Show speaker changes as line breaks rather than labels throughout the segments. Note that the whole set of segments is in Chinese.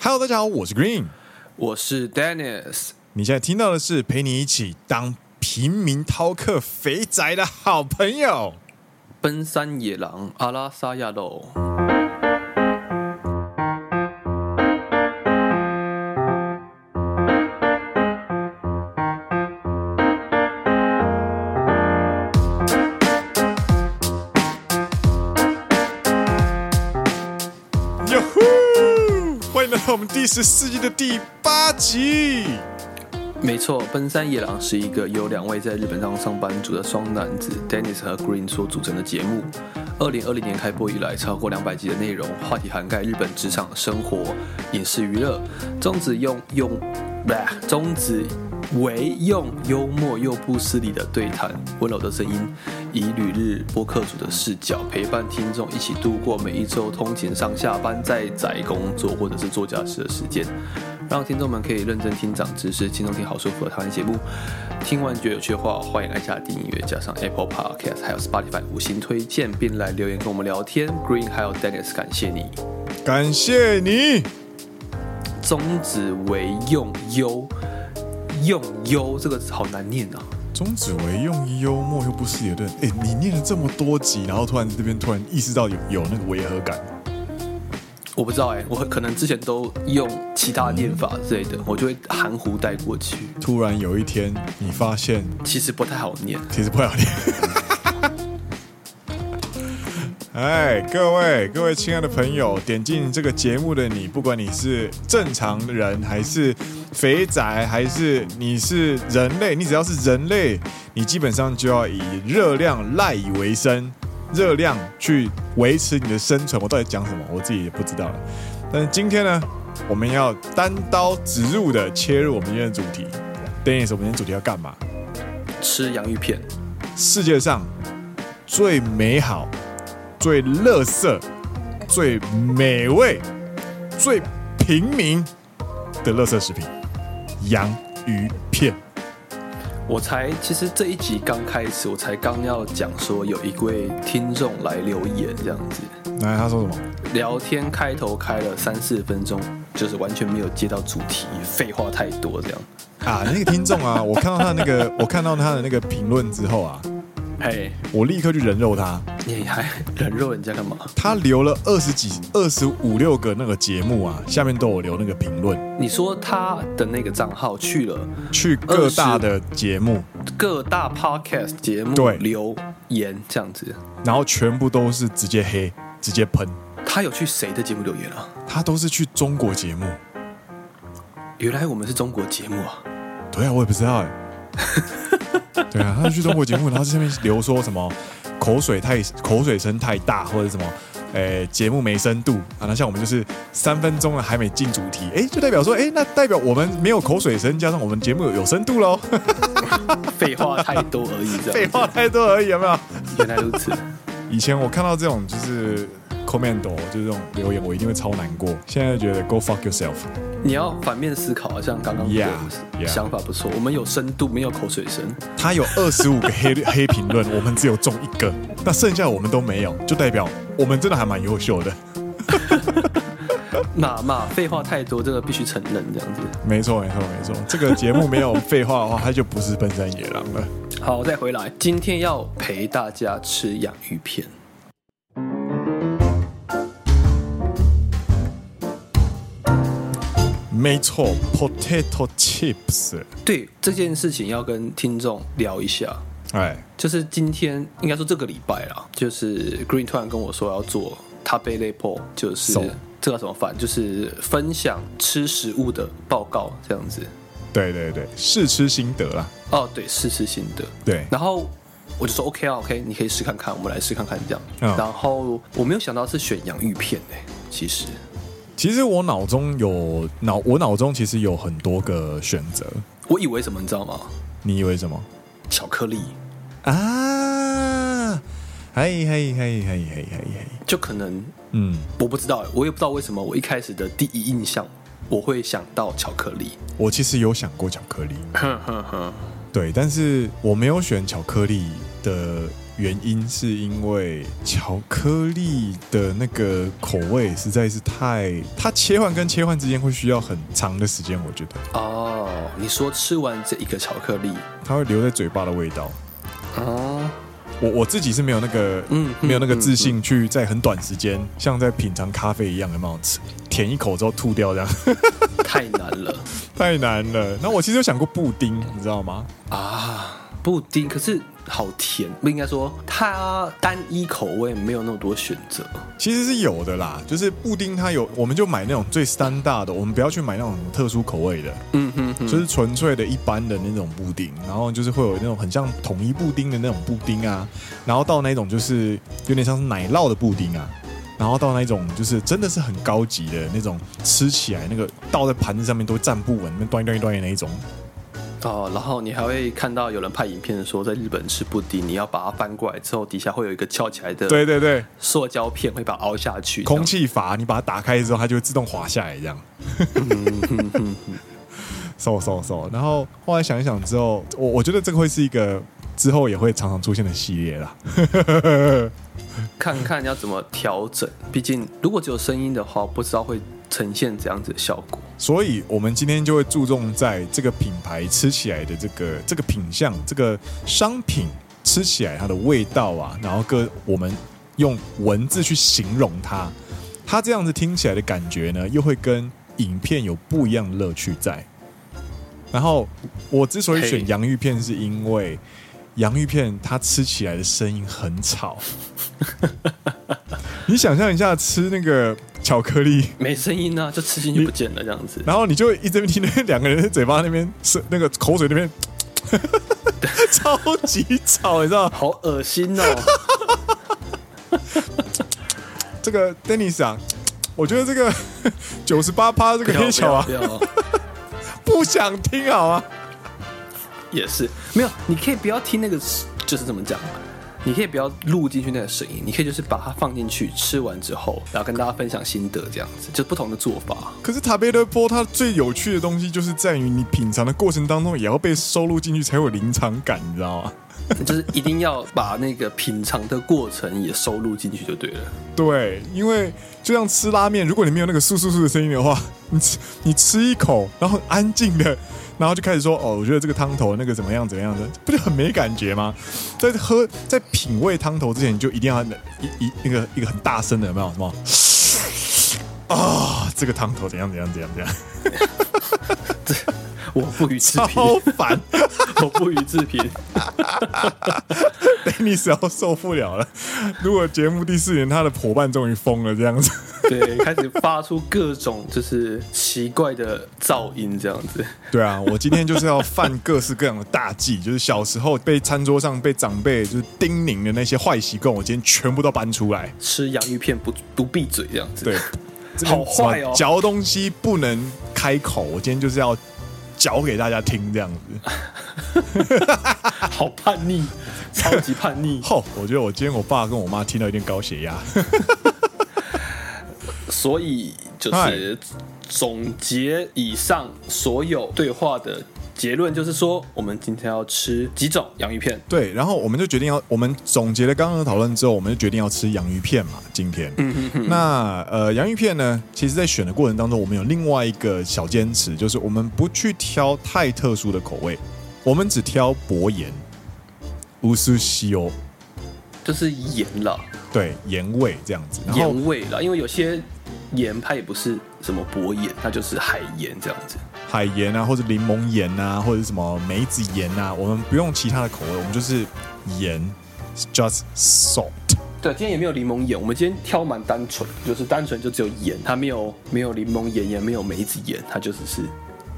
Hello，大家好，我是 Green。
我是 Dennis，
你现在听到的是陪你一起当平民饕客肥宅的好朋友。
奔山野狼阿拉萨亚喽。
哟呼！欢迎来到我们第十四季的第八集。
没错，奔山野狼是一个由两位在日本当上班族的双男子 Dennis 和 Green 所组成的节目。二零二零年开播以来，超过两百集的内容，话题涵盖日本职场、生活、影视娱乐，宗旨用用不是，宗旨为用幽默又不失礼的对谈，温柔的声音，以旅日播客主的视角陪伴听众一起度过每一周通勤上下班、在宅工作或者是做家事的时间。让听众们可以认真听长知识，轻松听好舒服的台湾节目。听完觉得有趣的话，欢迎按下订阅，加上 Apple Podcast 还有 Spotify 五星推荐，并来留言跟我们聊天。Green 还有 Dennis，感谢你。
感谢你。
宗旨为用优，用优这个词好难念啊。
钟子维用意幽默又不失礼的人，哎，你念了这么多集，然后突然这边突然意识到有有那个违和感，
我不知道哎、我可能之前都用其他念法之类的，我就会含糊带过去，
突然有一天你发现
其实不太好念。
其实不好念。哎，各位各位亲爱的朋友，点进这个节目的你，不管你是正常人还是肥宅，还是你是人类，你只要是人类，你基本上就要以热量赖以为生，热量去维持你的生存。我到底讲什么，我自己也不知道了。但是今天呢，我们要单刀直入的切入我们今天的主题。Dennis，我们今天主题要干嘛？
吃洋芋片，
世界上最美好、最乐色、最美味、最平民的乐色食品——洋芋片。
我才其实这一集刚开始，我才刚要讲说有一位听众来留言这样子。
来，他说什么？
聊天开头开了三四分钟，就是完全没有接到主题，废话太多这样。
啊，那个听众 啊，我看到他那个，我看到他的那个评论之后啊，
嘿，
我立刻去人肉他。
你还人肉人家干嘛？
他留了二十几、二十五六个那个节目啊，下面都有留那个评论，
你说他的那个账号去了
去各大的节目，
各大 podcast 节目
对
留言这样子，
然后全部都是直接黑，直接喷。
他有去谁的节目留言啊？
他都是去中国节目。
原来我们是中国节目啊！
对啊，我也不知道哎。对啊，他去中国节目，然后在下面留说什么口水太口水声太大，或者什么，诶、节目没深度啊。那像我们就是三分钟了还没进主题，诶、就代表说，诶、那代表我们没有口水声，加上我们节目有有深度喽。
废话太多而已，这 样。
废话，太多而已，有没有？
原来如此。
以前我看到这种就是 comment 哦就是这种留言，我一定会超难过。现在就觉得 go fuck yourself。
你要反面思考啊，像刚刚
Yeah,
我
yeah.
想法不错，我们有深度，没有口水声。
他有二十五个黑黑评论，我们只有中一个，那剩下我们都没有，就代表我们真的还蛮优秀的。
那那废话太多，这个必须承认这样子。
没错，没错，没错。这个节目没有废话的话，它就不是奔山野狼了。
好，再回来，今天要陪大家吃洋芋片。
没错，potato chips。
对这件事情要跟听众聊一下，
哎，
就是今天应该说这个礼拜啦，就是 Green 突然跟我说要做 t a b e l e p o 就是
手
这个什么饭，就是分享吃食物的报告这样子。
对对对，试吃心得啦。
哦，对，试吃心得。
对，
然后我就说 OK 啊，OK，你可以试看看，我们来试看看这样。
嗯
然后我没有想到是选洋芋片诶、其实
其实我脑中有脑，我脑中其实有很多个选择。
我以为什么你知道吗？
你以为什么
巧克力
啊？嘿嘿嘿嘿嘿嘿嘿，
就可能
嗯，
我不知道欸，我也不知道为什么我一开始的第一印象我会想到巧克力。
我其实有想过巧克力。
哼哼哼，
对，但是我没有选巧克力的原因是因为巧克力的那个口味实在是太，它切换跟切换之间会需要很长的时间，我觉得
哦，你说吃完这一个巧克力
它会留在嘴巴的味道。
啊，
我我自己是没有那个，
嗯嗯
没有那个自信去在很短时间，像在品尝咖啡一样，有没有吃舔一口之后吐掉这样？
太难了
太难了。那我其实有想过布丁，你知道吗？
啊！布丁可是好甜，不应该说它单一口味没有那么多选择
其实是有的啦，就是布丁它有，我们就买那种最三大的，我们不要去买那种特殊口味的，
嗯哼
就是纯粹的一般的那种布丁，然后就是会有那种很像统一布丁的那种布丁啊，然后到那种就是有点像是奶酪的布丁啊。然后到那种就是真的是很高级的那种，吃起来那个倒在盘子上面都站不稳，那边端一端一端的那一种。
哦，然后你还会看到有人拍影片说，在日本吃布丁，你要把它翻过来之后，底下会有一个翘起来的
对对对，
塑胶片，会把它凹下去。
空气阀你把它打开之后，它就会自动滑下来，这样。 嗖嗖嗖！然后后来想一想之后，我我觉得这个会是一个之后也会常常出现的系列啦。
看看要怎么调整。毕竟如果只有声音的话，不知道会呈现怎样子的效果。
所以我们今天就会注重在这个品牌吃起来的这个这个品相，这个商品吃起来它的味道啊，然后各我们用文字去形容它，它这样子听起来的感觉呢，又会跟影片有不一样的乐趣在。然后我之所以
嘿
选洋芋片，是因为洋芋片它吃起来的声音很吵。你想象一下，吃那个巧克力。
没声音呢、就吃进去不见了这样子。
然后你就一直听那两个人的嘴巴那边是那个口水那边， 超级吵，你知道？
好 恶心哦！
这个 Dennis 啊，我觉得这个 九十八趴这
不
个
要
黑小啊
不，要不要
不想听好吗？
也是没有，你可以不要听那个，就是怎么讲，你可以不要录进去那个声音，你可以就是把它放进去，吃完之后，然后跟大家分享心得这样子，就不同的做法。
可是塔贝勒波它最有趣的东西就是在于你品尝的过程当中也要被收录进去才会有临场感，你知道吗？
就是一定要把那个品尝的过程也收录进去就对了。
对，因为就像吃拉面，如果你没有那个簌簌簌的声音的话， 你吃你吃一口，然后很安静的，然后就开始说哦，我觉得这个汤头那个怎么样怎么样的，不就很没感觉吗？在喝在品味汤头之前，你就一定要一一那个一个很大声的，有没有什么？啊、这个汤头怎样怎样怎样怎样，
我不予置评，
超烦
我不予置评。
，Dennis 要受不了了。如果节目第四年他的伙伴终于疯了，这样子。
对，开始发出各种就是奇怪的噪音这样子。
对啊，我今天就是要犯各式各样的大忌，就是小时候被餐桌上被长辈就是叮咛的那些坏习惯，我今天全部都搬出来。
吃洋芋片不不闭嘴这样子。
对，
好坏
什
哦
么嚼东西不能开口，我今天就是要嚼给大家听这样
啊
子。
好叛 逆，超级叛逆。
吼、我觉得我今天我爸跟我妈听到有点高血压。
所以就是总结以上所有对话的结论，就是说我们今天要吃几种洋芋片。
对，然后我们就决定要，我们总结了刚刚的讨论之后，我们就决定要吃洋芋片嘛。今天，那呃，洋芋片呢，其实在选的过程当中，我们有另外一个小坚持，就是我们不去挑太特殊的口味，我们只挑薄盐，无苏西哦，
就是盐了，
对，盐味这样子。然后
盐味了，因为有些盐它也不是什么薄盐，它就是海盐这样子。
海盐啊，或者柠檬盐啊，或者是什么梅子盐啊，我们不用其他的口味，我们就是盐，just salt。
对，今天也没有柠檬盐，我们今天挑蛮单纯，就是单纯就只有盐，它没有没有柠檬盐，也没有梅子盐，它就只是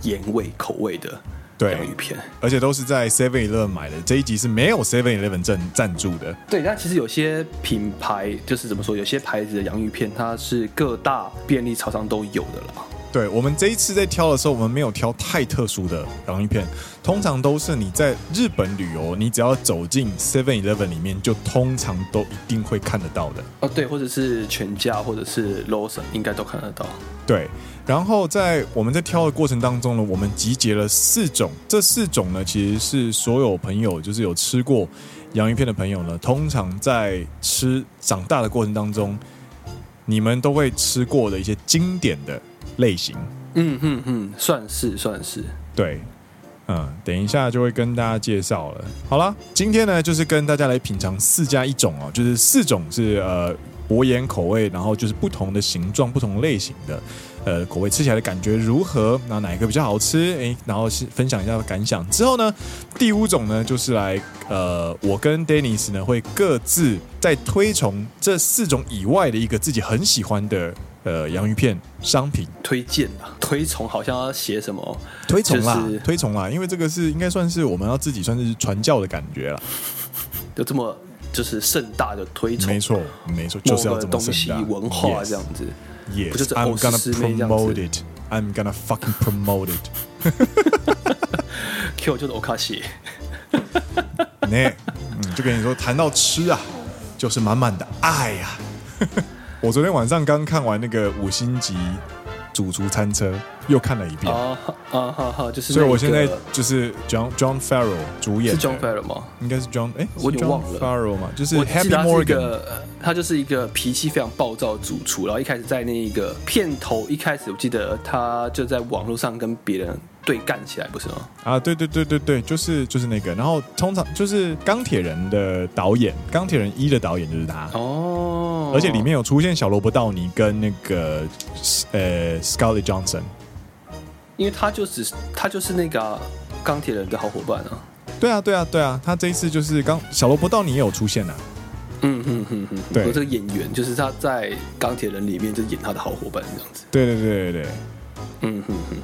盐味口味的
对
洋芋片。
而且都是在 Seven Eleven 买的，这一集是没有 Seven Eleven 赞赞助的。
对，但其实有些品牌就是怎么说，有些牌子的洋芋片它是各大便利超商都有的啦。
对我们这一次在挑的时候，我们没有挑太特殊的洋芋片，通常都是你在日本旅游，你只要走进 Seven Eleven 里面，就通常都一定会看得到的。
哦，对，或者是全家，或者是 l o s o n 应该都看得到。
对，然后在我们在挑的过程当中呢，我们集结了四种，这四种呢其实是所有朋友就是有吃过洋芋片的朋友呢，通常在吃长大的过程当中，你们都会吃过的一些经典的类型。
嗯嗯嗯，算是算是。
对，嗯，等一下就会跟大家介绍了。好了，今天呢就是跟大家来品尝四加一种哦，就是四种是呃薄盐口味，然后就是不同的形状、不同类型的呃口味，吃起来的感觉如何？那哪一个比较好吃？诶，然后是分享一下感想。之后呢，第五种呢就是来呃，我跟 Dennis 呢会各自在推崇这四种以外的一个自己很喜欢的呃洋芋片商品。
推荐吧，推崇好像要写什么？
推崇啦，
就是
推崇啦，因为这个是应该算是我们要自己算是传教的感觉 啦。
有这么就是盛大的推崇，
没错，没错，
某
就是要
个
这么
东
盛
西
大
文化这样。子。
Yes,
不就是
I'm
偶师
gonna
师妹这样子
promote it. I'm gonna fucking promote it.
Q 就是 o k a s i
那，嗯，就跟你说，谈到吃啊，就是满满的爱呀、 我昨天晚上刚看完那个五星级主厨餐车，又看了一遍，
啊啊哈哈，就是
所以
那
我现在
个
就是 John John Farrell 主演
是
的
John Farrell 吗？
应该是 John 哎、是
我有点
John
忘了
Farrell 嘛，就是
我记
Happy
得他是一
Morgan
个，呃他就是一个脾气非常暴躁的主厨。然后一开始在那个片头一开始，我记得他就在网络上跟别人对干起来，不是吗？
啊，对对对对对，就是就是那个，然后通常就是钢铁人的导演，钢铁人一的导演就是他，
哦，
而且里面有出现小萝卜道尼跟那个呃 Scarlett Johnson，
因为他就只是他就是那个啊钢铁人的好伙伴啊。
对啊对啊对啊，他这一次就是刚小萝卜道尼也有出现啊，
嗯嗯嗯嗯，
对
我这个演员就是他在钢铁人里面就演他的好伙伴这样子。
对对对对对，
嗯嗯嗯，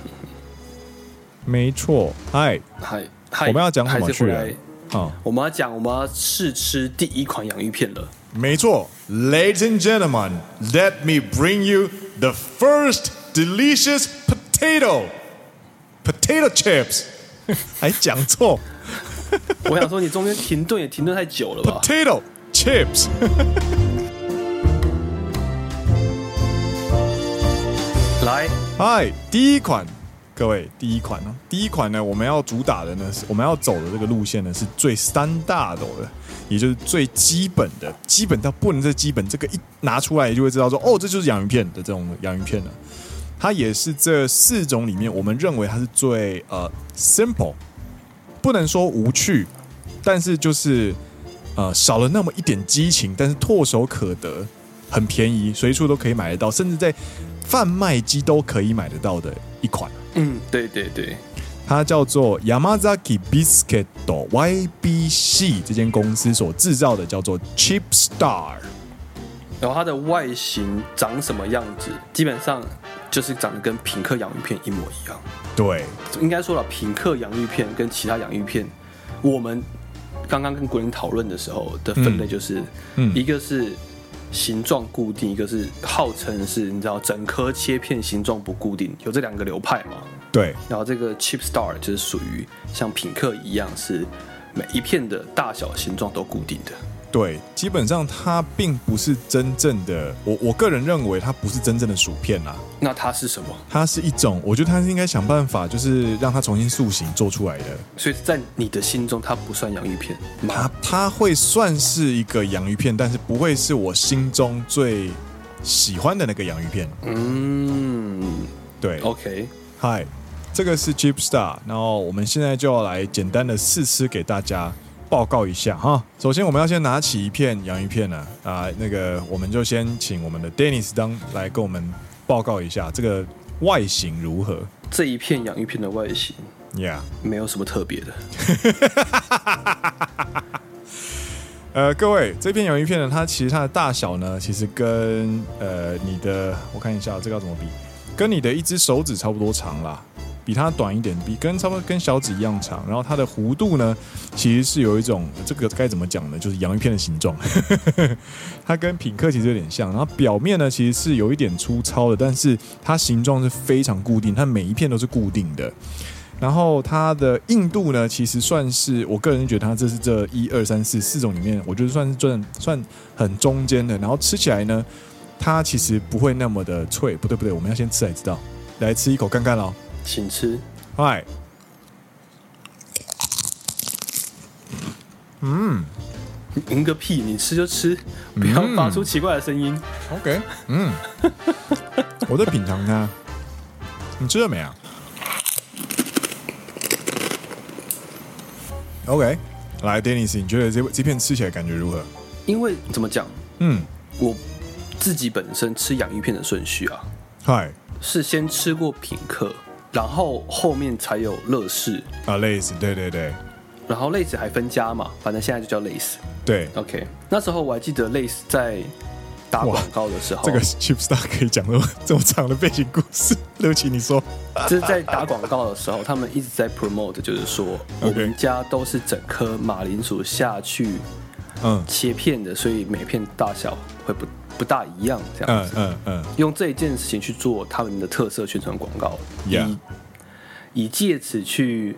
没错，嗨
嗨嗨，
我们要讲什么
还是
去
回
啊
来？
啊、
我们要讲，我们要试吃第一款洋芋片了。
没错，Ladies and gentlemen，let me bring you the first delicious potato potato chips，还讲错。
我想说，你中间停顿也停顿太久了 吧？
potato chips。
来，
嗨，第一款，各位，第一款呢，第一款呢，我们要主打的呢是我们要走的这个路线呢是最三大斗的，也就是最基本的，基本到不能再基本，这个一拿出来就会知道说，哦，这就是洋芋片的这种洋芋片了。它也是这四种里面，我们认为它是最呃 simple，不能说无趣，但是就是呃少了那么一点激情，但是唾手可得，很便宜，随处都可以买得到，甚至在贩卖机都可以买得到的一款。
嗯，对对对，
它叫做 Yamazaki Biscuit YBC 这间公司所制造的，叫做 Cheap Star。
然后它的外形长什么样子，基本上就是长得跟品客洋芋片一模一样。
对，
应该说了，品客洋芋片跟其他洋芋片，我们刚刚跟国人讨论的时候的分类就是，
嗯
一个是形状固定，一个是号称是你知道整颗切片形状不固定，有这两个流派嘛。
对，
然后这个 Chip Star 就是属于像品客一样，是每一片的大小形状都固定的。
对，基本上它并不是真正的，我我个人认为它不是真正的薯片啦、
那它是什么？
它是一种，我觉得它是应该想办法，就是让它重新塑形做出来的。
所以在你的心中，它不算洋芋片
它
吗？
它会算是一个洋芋片，但是不会是我心中最喜欢的那个洋芋片。
嗯
对，
，OK，
嗨，这个是 Jeep Star，然后我们现在就要来简单的试吃给大家报告一下哈。首先，我们要先拿起一片洋芋片呢，啊、那个我们就先请我们的 Dennis 当来跟我们报告一下这个外形如何。
这一片洋芋片的外形
Yeah，
没有什么特别的。
呃，各位，这片洋芋片呢，它其实它的大小呢，其实跟呃你的，我看一下这个要怎么比，跟你的一只手指差不多长啦，比它短一点，比跟差不多跟小指一样长。然后它的弧度呢，其实是有一种这个该怎么讲呢，就是洋芋片的形状， 它跟品客其实有点像。然后表面呢，其实是有一点粗糙的，但是它形状是非常固定，它每一片都是固定的。然后它的硬度呢，其实算是我个人觉得它这是这一二三四四种里面，我觉得算是算算很中间的。然后吃起来呢，它其实不会那么的脆。不对不对，我们要先吃才知道。来吃一口看看喽。
请吃。
嗨，嗯，
你赢个屁！你吃就吃，不要发出奇怪的声音。
OK，嗯，我在品尝它。你吃了没啊？OK，来，Dennis，你觉得这这片吃起来感觉如何？
因为怎么讲，
嗯，
我自己本身吃洋芋片的顺序啊，
嗨，
是先吃过品客，然后后面才有乐事，
啊，类似，对对对
然后类似还分家嘛，反正现在就叫类似。
对，
OK，那时候我还记得类似在打
哇
广告的时候，
这个 Chip Star 可以讲这么 这么长的背景故事。 对不起，你说
就是在打广告的时候，他们一直在 promote，就是说
OK
我们家都是整颗马铃薯下去
嗯
切片的，所以每片大小会不不大一样，这样
嗯
子。
嗯嗯，
用这一件事情去做他们的特色宣传广告，
Yeah
以以借此去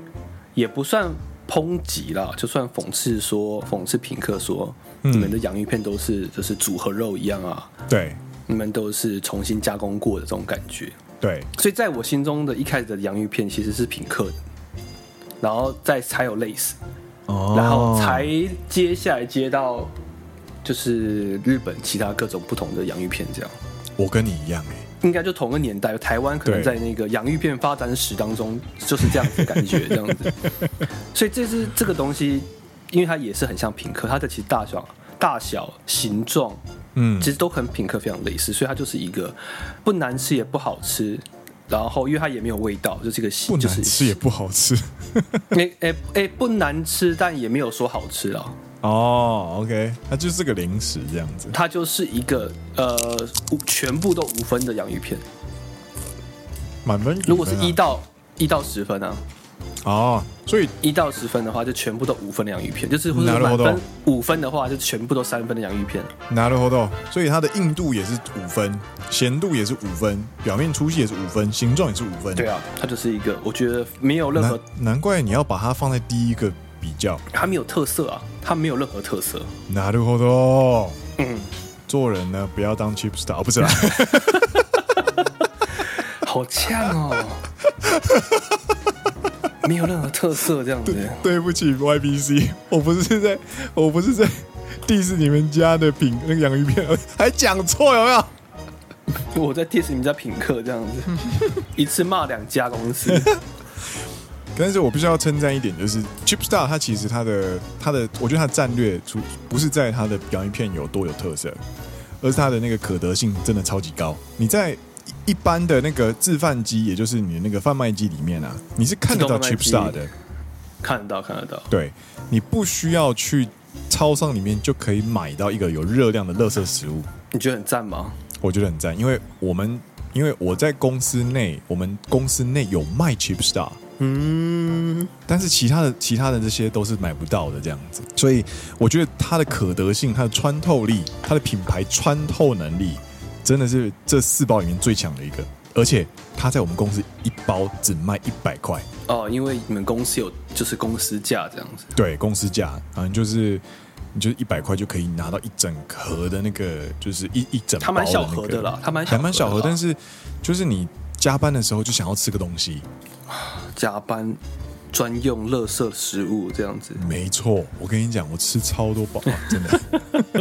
也不算抨击啦，就算讽刺说讽刺品客说、
嗯
你们的洋芋片都是就是组合肉一样啊，
对
你们都是重新加工过的这种感觉。
对，
所以在我心中的一开始的洋芋片其实是品客的，然后再才有类似，
哦
然后才接下来接到就是日本其他各种不同的洋芋片这样。
我跟你一样哎、
应该就同个年代，台湾可能在
对
那个洋芋片发展史当中就是这样子的感觉，这样 子。所以这是这个东西，因为它也是很像品客，它的其实大小、大小、形状，
嗯
其实都跟品客非常类似，所以它就是一个不难吃也不好吃，然后因为它也没有味道，就是一
不
个形，就是
难吃也不好吃。
哎哎哎不难吃，但也没有说好吃啊，
哦，OK，它就是个零食这样子。
它就是一个呃无全部都五分的洋芋片，
满分、啊
如果是一，到一到十分啊。
哦，所以
一到十分的话，就全部都五分的洋芋片，就是或
な
者
るほ
满
ど
分五分的话，就全部都三分的洋芋片。
拿了活动，所以它的硬度也是五分，咸度也是五分，表面粗细也是五分，形状也是五分。
对，啊，它就是一个，我觉得没有任
难
何，
难怪你要把它放在第一个比较。
它没有特色啊，它没有任何特色。
拿了活动，
嗯，
做人呢不要当 cheap star，哦不是啦，
好呛哦， 没有任何特色这样子。
对不起 YBC，我不是在，我不是在 diss 你们家的品那个洋芋片，还讲错有没有？
我在 diss 你们家品客这样 子，一次骂两家公司。
但是我必须要称赞一点，就是 Chipstar 它其实它的它的，我觉得它的战略出不是在它的表演片有多有特色，而是它的那个可得性真的超级高。你在一一般的那个制饭机，也就是你的那个贩卖机里面啊，你是看得到
自动贩卖
Chipstar
机
的，
看得到，看得到。
对，你不需要去超商里面就可以买到一个有热量的垃圾食物。
你觉得很赞吗？
我觉得很赞，因为我们因为我在公司内，我们公司内有卖 Chipstar，
嗯，
但是其他的其他的这些都是买不到的这样子，所以我觉得它的可得性、它的穿透力、它的品牌穿透能力，真的是这四包里面最强的一个。而且它在我们公司一包只卖一百块，
哦，因为你们公司有就是公司价这样子。
对，公司价，反正就是你就一百块就可以拿到一整盒的那个，就是一一整包、那个。
它蛮小盒的啦它蛮小盒的啦
还蛮小盒，但是就是你加班的时候就想要吃个东西，
加班专用垃圾食物这样子。
没错。我跟你讲，我吃超多包，啊真的。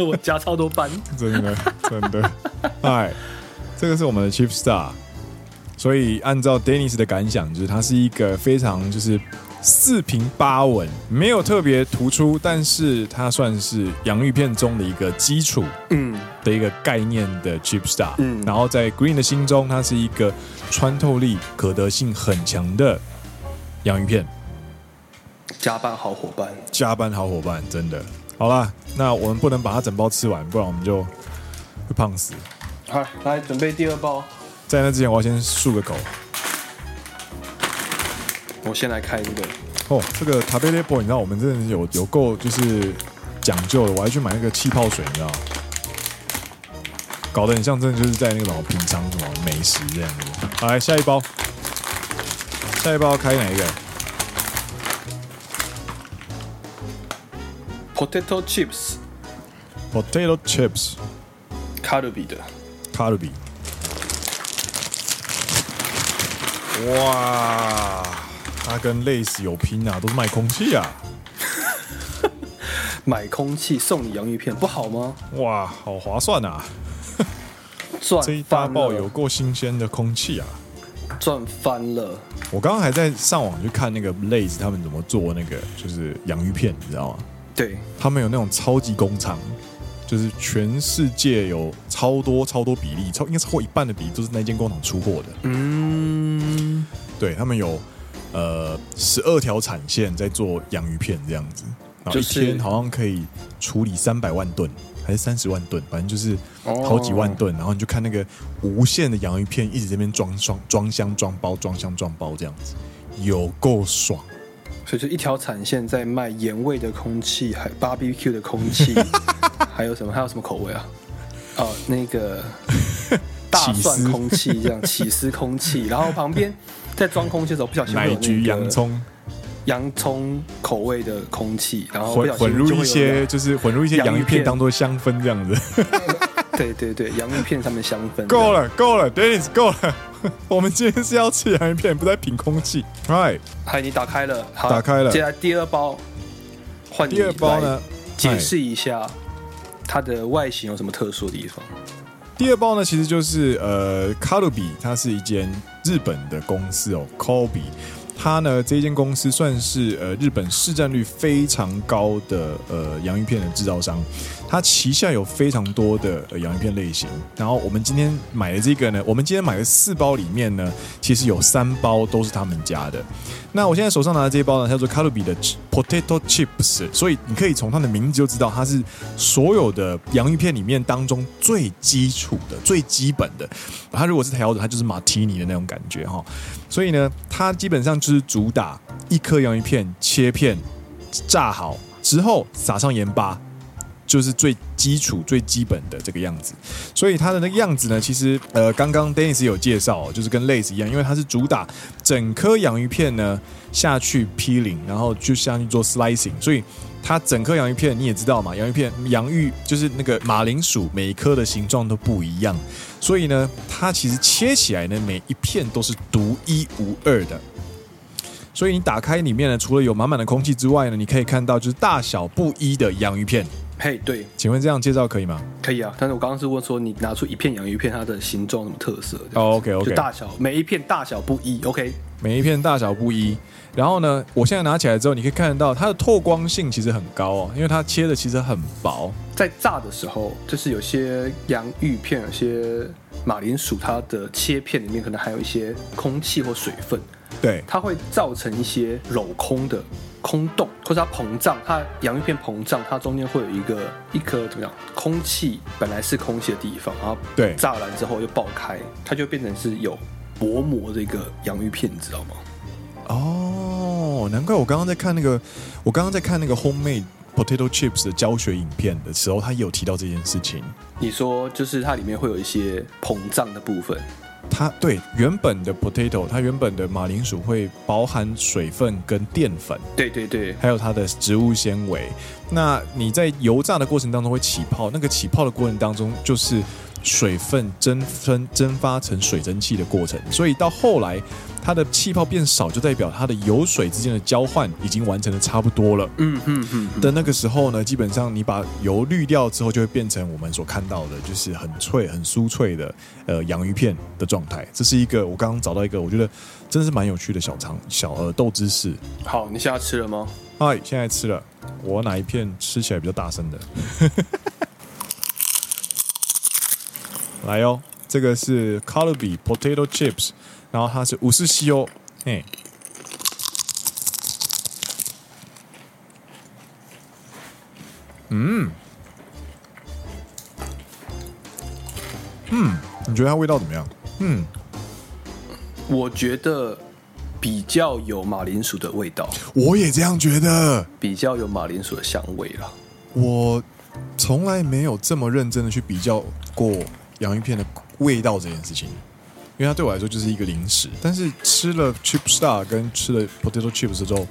我加超多班，
真的，真的。哎，这个是我们的 Chief Star，所以按照 Dennis 的感想，就是它是一个非常就是四平八稳，没有特别突出，但是它算是洋芋片中的一个基础
嗯，
的一个概念的 Chief Star。
嗯
然后在 Green 的心中，它是一个穿透力、可得性很强的洋芋片。
加班好伙伴，
加班好伙伴，真的。好啦，那我们不能把它整包吃完，不然我们就会胖死。
好，来准备第二包，
在那之前，我要先漱个口。
我先来开一个，
哦，这个塔贝列波，你知道我们真的是有有够就是讲究的，我还去买那个气泡水，你知道吗，搞得很像真的就是在那个什么品尝什么美食这样子。好，来下一包，下一包要开哪一个？
potato chips
Potato chips
卡路比的，
卡路比。哇，它跟类似有拼啊，都是卖空气啊。
买空气送你洋芋片，不好吗？
哇，好划算啊！
赚
这一大
翻
爆有
了，
够新鲜的空气啊！
赚翻了！
我刚刚还在上网去看那个 Lays 他们怎么做那个就是洋芋片，你知道吗？
对，
他们有那种超级工厂，就是全世界有超多超多比例，超应该超过一半的比例都是那间工厂出货的。
嗯，
对他们有呃十二条产线在做洋芋片这样子，然后
就
一
是
天好像可以处理三百万吨还是三十万吨，反正就是
哦
好几万吨。然后你就看那个无限的洋芋片一直在那边装装装箱装包装箱装包这样子，有够爽。
所以就一条产线在卖盐味的空气，还 BBQ 的 空气，还有什么？还有什么口味啊？哦，那个大蒜
起司
空气这样，起司空气，然后旁边在装空气的时候不小心会有
奶
那
菊、
个
洋、葱
洋葱口味的空气，然后不
混
小心
混入
就会有
一些，
那
就是混入一些
洋
洋
芋
芋片
片
当做香氛这样子。
对对对，洋芋片上面香氛。
够，了，够了，Dennis，够了。 我们今天是要吃洋芋片，不是在品空气。Right，
嗨，你打开了，好，
打开了
接下来第二包，换你
第二包呢哎
来？解释一下它的外形有什么特殊的地方？
第二包呢，其实就是呃，卡路比，它是一间日本的公司哦，Kobe。它呢，这间公司算是呃日本市占率非常高的呃洋芋片的制造商，它旗下有非常多的、呃、洋芋片类型。然后我们今天买的这个呢，我们今天买的四包里面呢，其实有三包都是他们家的。那我现在手上拿的这一包呢，叫做卡路比的 ch- Potato Chips，所以你可以从它的名字就知道，它是所有的洋芋片里面当中最基础的、最基本的。它如果是调的，它就是马提尼的那种感觉哈。所以呢，它基本上就是主打一颗洋芋片切片炸好之后，撒上盐巴，就是最基础、最基本的这个样子。所以它的那个样子呢，其实呃，刚刚 Dennis 有介绍、哦，就是跟类似一样，因为它是主打整颗洋芋片呢下去 peeling，然后就下去做 slicing，所以。它整颗洋芋片你也知道嘛，洋芋片洋芋就是那个马铃薯，每一颗的形状都不一样，所以呢，它其实切起来呢，每一片都是独一无二的。所以你打开里面呢，除了有满满的空气之外呢，你可以看到就是大小不一的洋芋片。
嘿，对，
请问这样介绍可以吗？
可以啊。但是我刚刚是问说，你拿出一片洋芋片，它的形状有什么特色？
哦，OK，OK
就大小，每一片大小不一。OK，
每一片大小不一。然后呢，我现在拿起来之后，你可以看得到它的透光性其实很高哦，因为它切的其实很薄。
在炸的时候，就是有些洋芋片，有些马铃薯，它的切片里面可能还有一些空气或水分，
对，
它会造成一些镂空的空洞，或者它膨胀，它洋芋片膨胀，它中间会有一个一颗怎么样？空气本来是空气的地方，然后
对
炸完之后又爆开，它就变成是有薄膜的一个洋芋片，你知道吗？
哦，难怪我刚刚在看那个，我刚刚在看那个 homemade potato chips 的教学影片的时候，他也有提到这件事情。
你说就是它里面会有一些膨胀的部分，
它对原本的 potato，它原本的马铃薯会包含水分跟淀粉，
对对对，
还有它的植物纤维。那你在油炸的过程当中会起泡，那个起泡的过程当中就是水分蒸分蒸发成水蒸气的过程，所以到后来它的气泡变少，就代表它的油水之间的交换已经完成的差不多了。
嗯嗯嗯，
的那个时候呢，基本上你把油滤掉之后，就会变成我们所看到的，就是很脆、很酥脆的呃洋芋片的状态。这是一个我刚刚找到一个，我觉得真是蛮有趣的小尝小呃豆知识。
好，你现在吃了吗？
嗨，哎现在吃了，我哪一片吃起来比较大声的？ 来哦，这个是 c a l b i Potato Chips，然后它是五十西哦，嘿，嗯，嗯，你觉得它味道怎么样？嗯，
我觉得比较有马铃薯的味道，
我也这样觉得，
比较有马铃薯的香味了。
我从来没有这么认真的去比较过洋芋片的味道这件事情，因为它对我来说就是一个零食。但是吃了 Chip Star 跟吃了 Potato Chips 之后，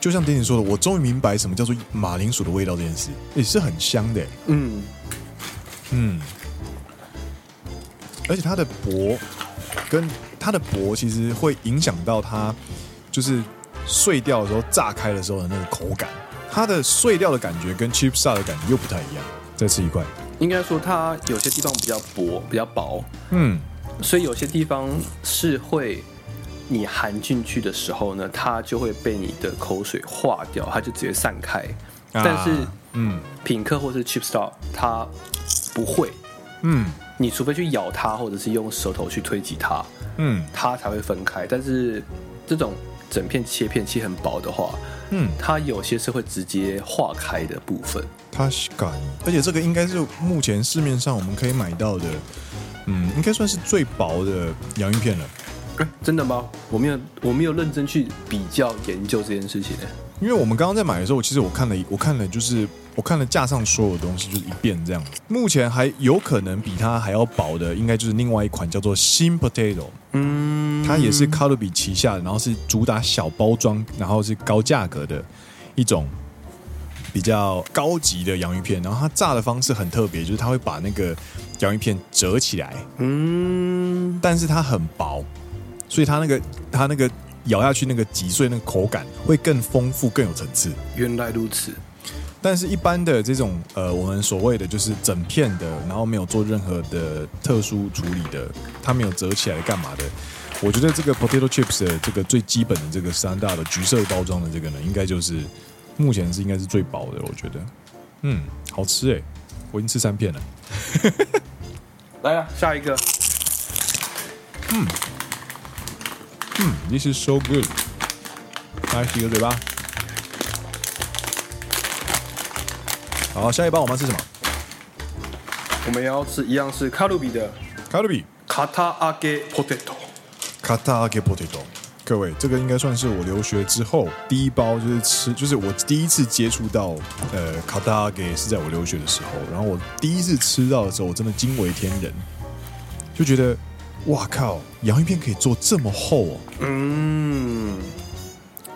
就像点点说的，我终于明白什么叫做马铃薯的味道这件事，也是很香的欸。
嗯，
嗯，而且它的薄跟它的薄其实会影响到它，就是碎掉的时候、炸开的时候的那个口感。它的碎料的感觉跟 chip s a 的感觉又不太一样。再吃一块，
应该说它有些地方比较薄，比较薄，
嗯，
所以有些地方是会你含进去的时候呢，它就会被你的口水化掉，它就直接散开。
啊
但是
嗯
品客或是 Chip Star 它不会，
嗯
你除非去咬它，或者是用舌头去推挤它，
嗯
它才会分开。但是这种整片切片切很薄的话，
嗯，
它有些是会直接化开的部分。
它是感，而且这个应该是目前市面上我们可以买到的，嗯，应该算是最薄的洋芋片了。
哎，真的吗？我没有，我没有认真去比较研究这件事情、哎，
因为我们刚刚在买的时候，其实我看了，我看了就是我看了架上所有东西就是一遍这样子。目前还有可能比它还要薄的，应该就是另外一款叫做新 potato，
嗯，
它也是 c a l o b i 旗下的，然后是主打小包装，然后是高价格的一种比较高级的洋芋片。然后它炸的方式很特别，就是它会把那个洋芋片折起来，
嗯，
但是它很薄，所以它那个它那个咬下去那个击碎那个口感会更丰富、更有层次。
原来如此。
但是，一般的这种呃，我们所谓的就是整片的，然后没有做任何的特殊处理的，它没有折起来干嘛的。我觉得这个 potato chips 的这个最基本的这个三大的橘色包装的这个呢，应该就是目前是应该是最薄的，我觉得。嗯，好吃诶、我已经吃三片了。
来啊，下一个，
嗯，this is so good。来洗个嘴巴。好，下一包我们要吃什么？
我们要吃一样是卡路比的
卡路比。
卡塔阿给 potato。
卡塔给 potato。各位，这个应该算是我留学之后第一包，就是吃，就是我第一次接触到呃卡塔给是在我留学的时候，然后我第一次吃到的时候，我真的惊为天人，就觉得哇靠，洋芋片可以做这么厚哦，
嗯，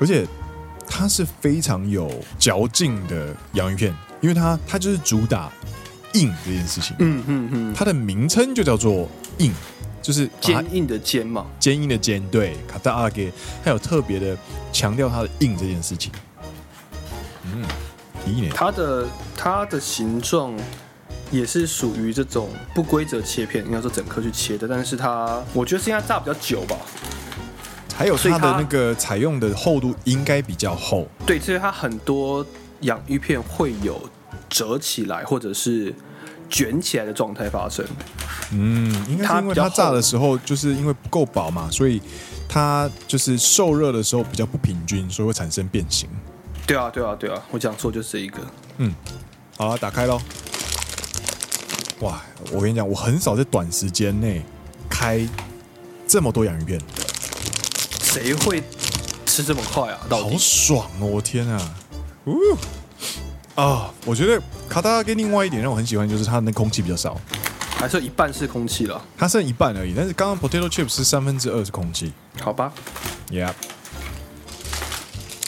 而且它是非常有嚼劲的洋芋片，因为它它就是主打硬这件事情，嗯嗯嗯，它的名称就叫做硬，就是把它
坚硬的坚嘛，
坚硬的坚，对，卡达阿给，他有特别的强调它的硬这件事情。嗯，咦呢？
它的它的形状也是属于这种不规则切片，应该说整颗去切的，但是它我觉得是应该炸比较久吧。
还有
所以
它
它
的那个采用的厚度应该比较厚，
对，所以它很多洋芋片会有折起来或者是卷起来的状态发生。
嗯，应该是因为它炸的时候就是因为不够薄嘛，所以它就是受热的时候比较不平均，所以会产生变形。
对啊，对啊，对啊，我讲错就是这一个。
好了，打开喽。哇，我跟你讲，我很少在短时间内开这么多洋芋片，
谁会吃这么快啊？到
好
底
爽哦！我天啊，呜啊！我觉得卡达跟另外一点让我很喜欢，就是它的那空气比较少，
还是有一半是空气了？
它剩一半而已。但是刚刚 potato chips 是三分之二是空气
好吧，
，Yeah。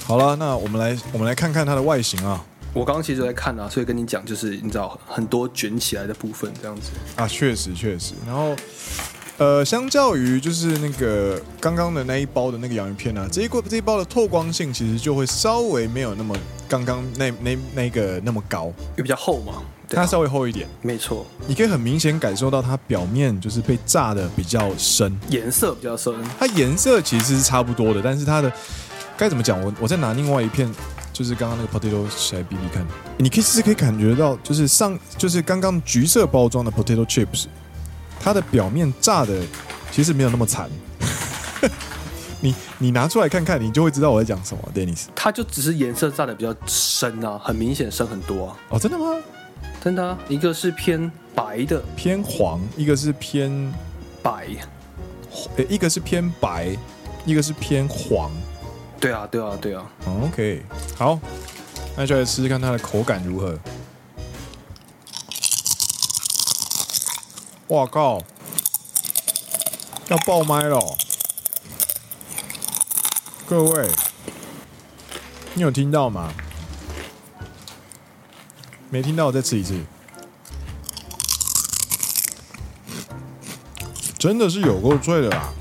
好了，那我们来我们来看看它的外形啊
我刚刚其实有在看啊，所以跟你讲，就是你知道很多卷起来的部分这样子。
啊，确实确实。然后呃，相较于就是那个刚刚的那一包的那个洋芋片啊，这一锅这一包的透光性其实就会稍微没有那么刚刚那那那个那么高，
也比较厚嘛，对、
它
啊，
稍微厚一点。
没错，
你可以很明显感受到它表面就是被炸的比较深，
颜色比较深，
它颜色其实是差不多的，但是它的该怎么讲？我我再拿另外一片，就是刚刚那个 potato 起来比比看，你可以是可以感觉到，就是上就是刚刚橘色包装的 potato chips，它的表面炸的其实没有那么惨。 你你拿出来看看，你就会知道我在讲什么，Dennis。
它就只是颜色占的比较深啊，很明显深很多啊，
哦，真的吗？
真的、啊，一个是偏白的
偏黄，一个是偏
白，
诶，一个是偏白，一个是偏黄。
对啊，对啊，对啊，
OK，好，那就来试试看它的口感如何。哇靠，要爆麦了！哦各位，你有听到吗？没听到，我再吃一次。真的是有够脆的啊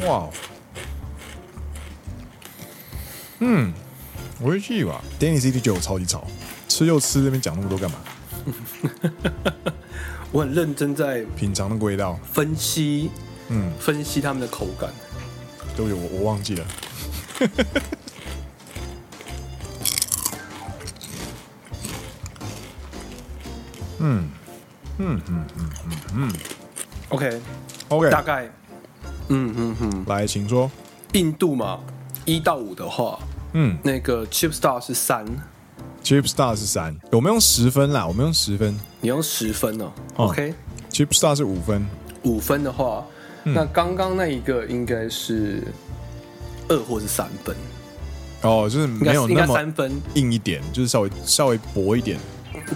啦！哇哦，我会去吧。Danny C D 觉得我超级吵，吃就吃，那边讲那么多干嘛？
我很认真在
品尝那个味道，
分析
嗯，
分析他们的口感。
对不起，我我忘记了。
OK，
OK，
大概，嗯嗯嗯，
来，请说。
印度嘛，一到五的话，
嗯
那个 Chip Star 是三，
，Chip Star 是三，我们用十分啦，我们用十分。
你用十分哦。
哦
OK，
Chip Star 是五分，
五分的话，
嗯
那刚刚那一个应该是二或是三分，
哦，就是
应该
没
是
有
应
那
该
么
三分。
硬一点，就是稍微稍微薄一点。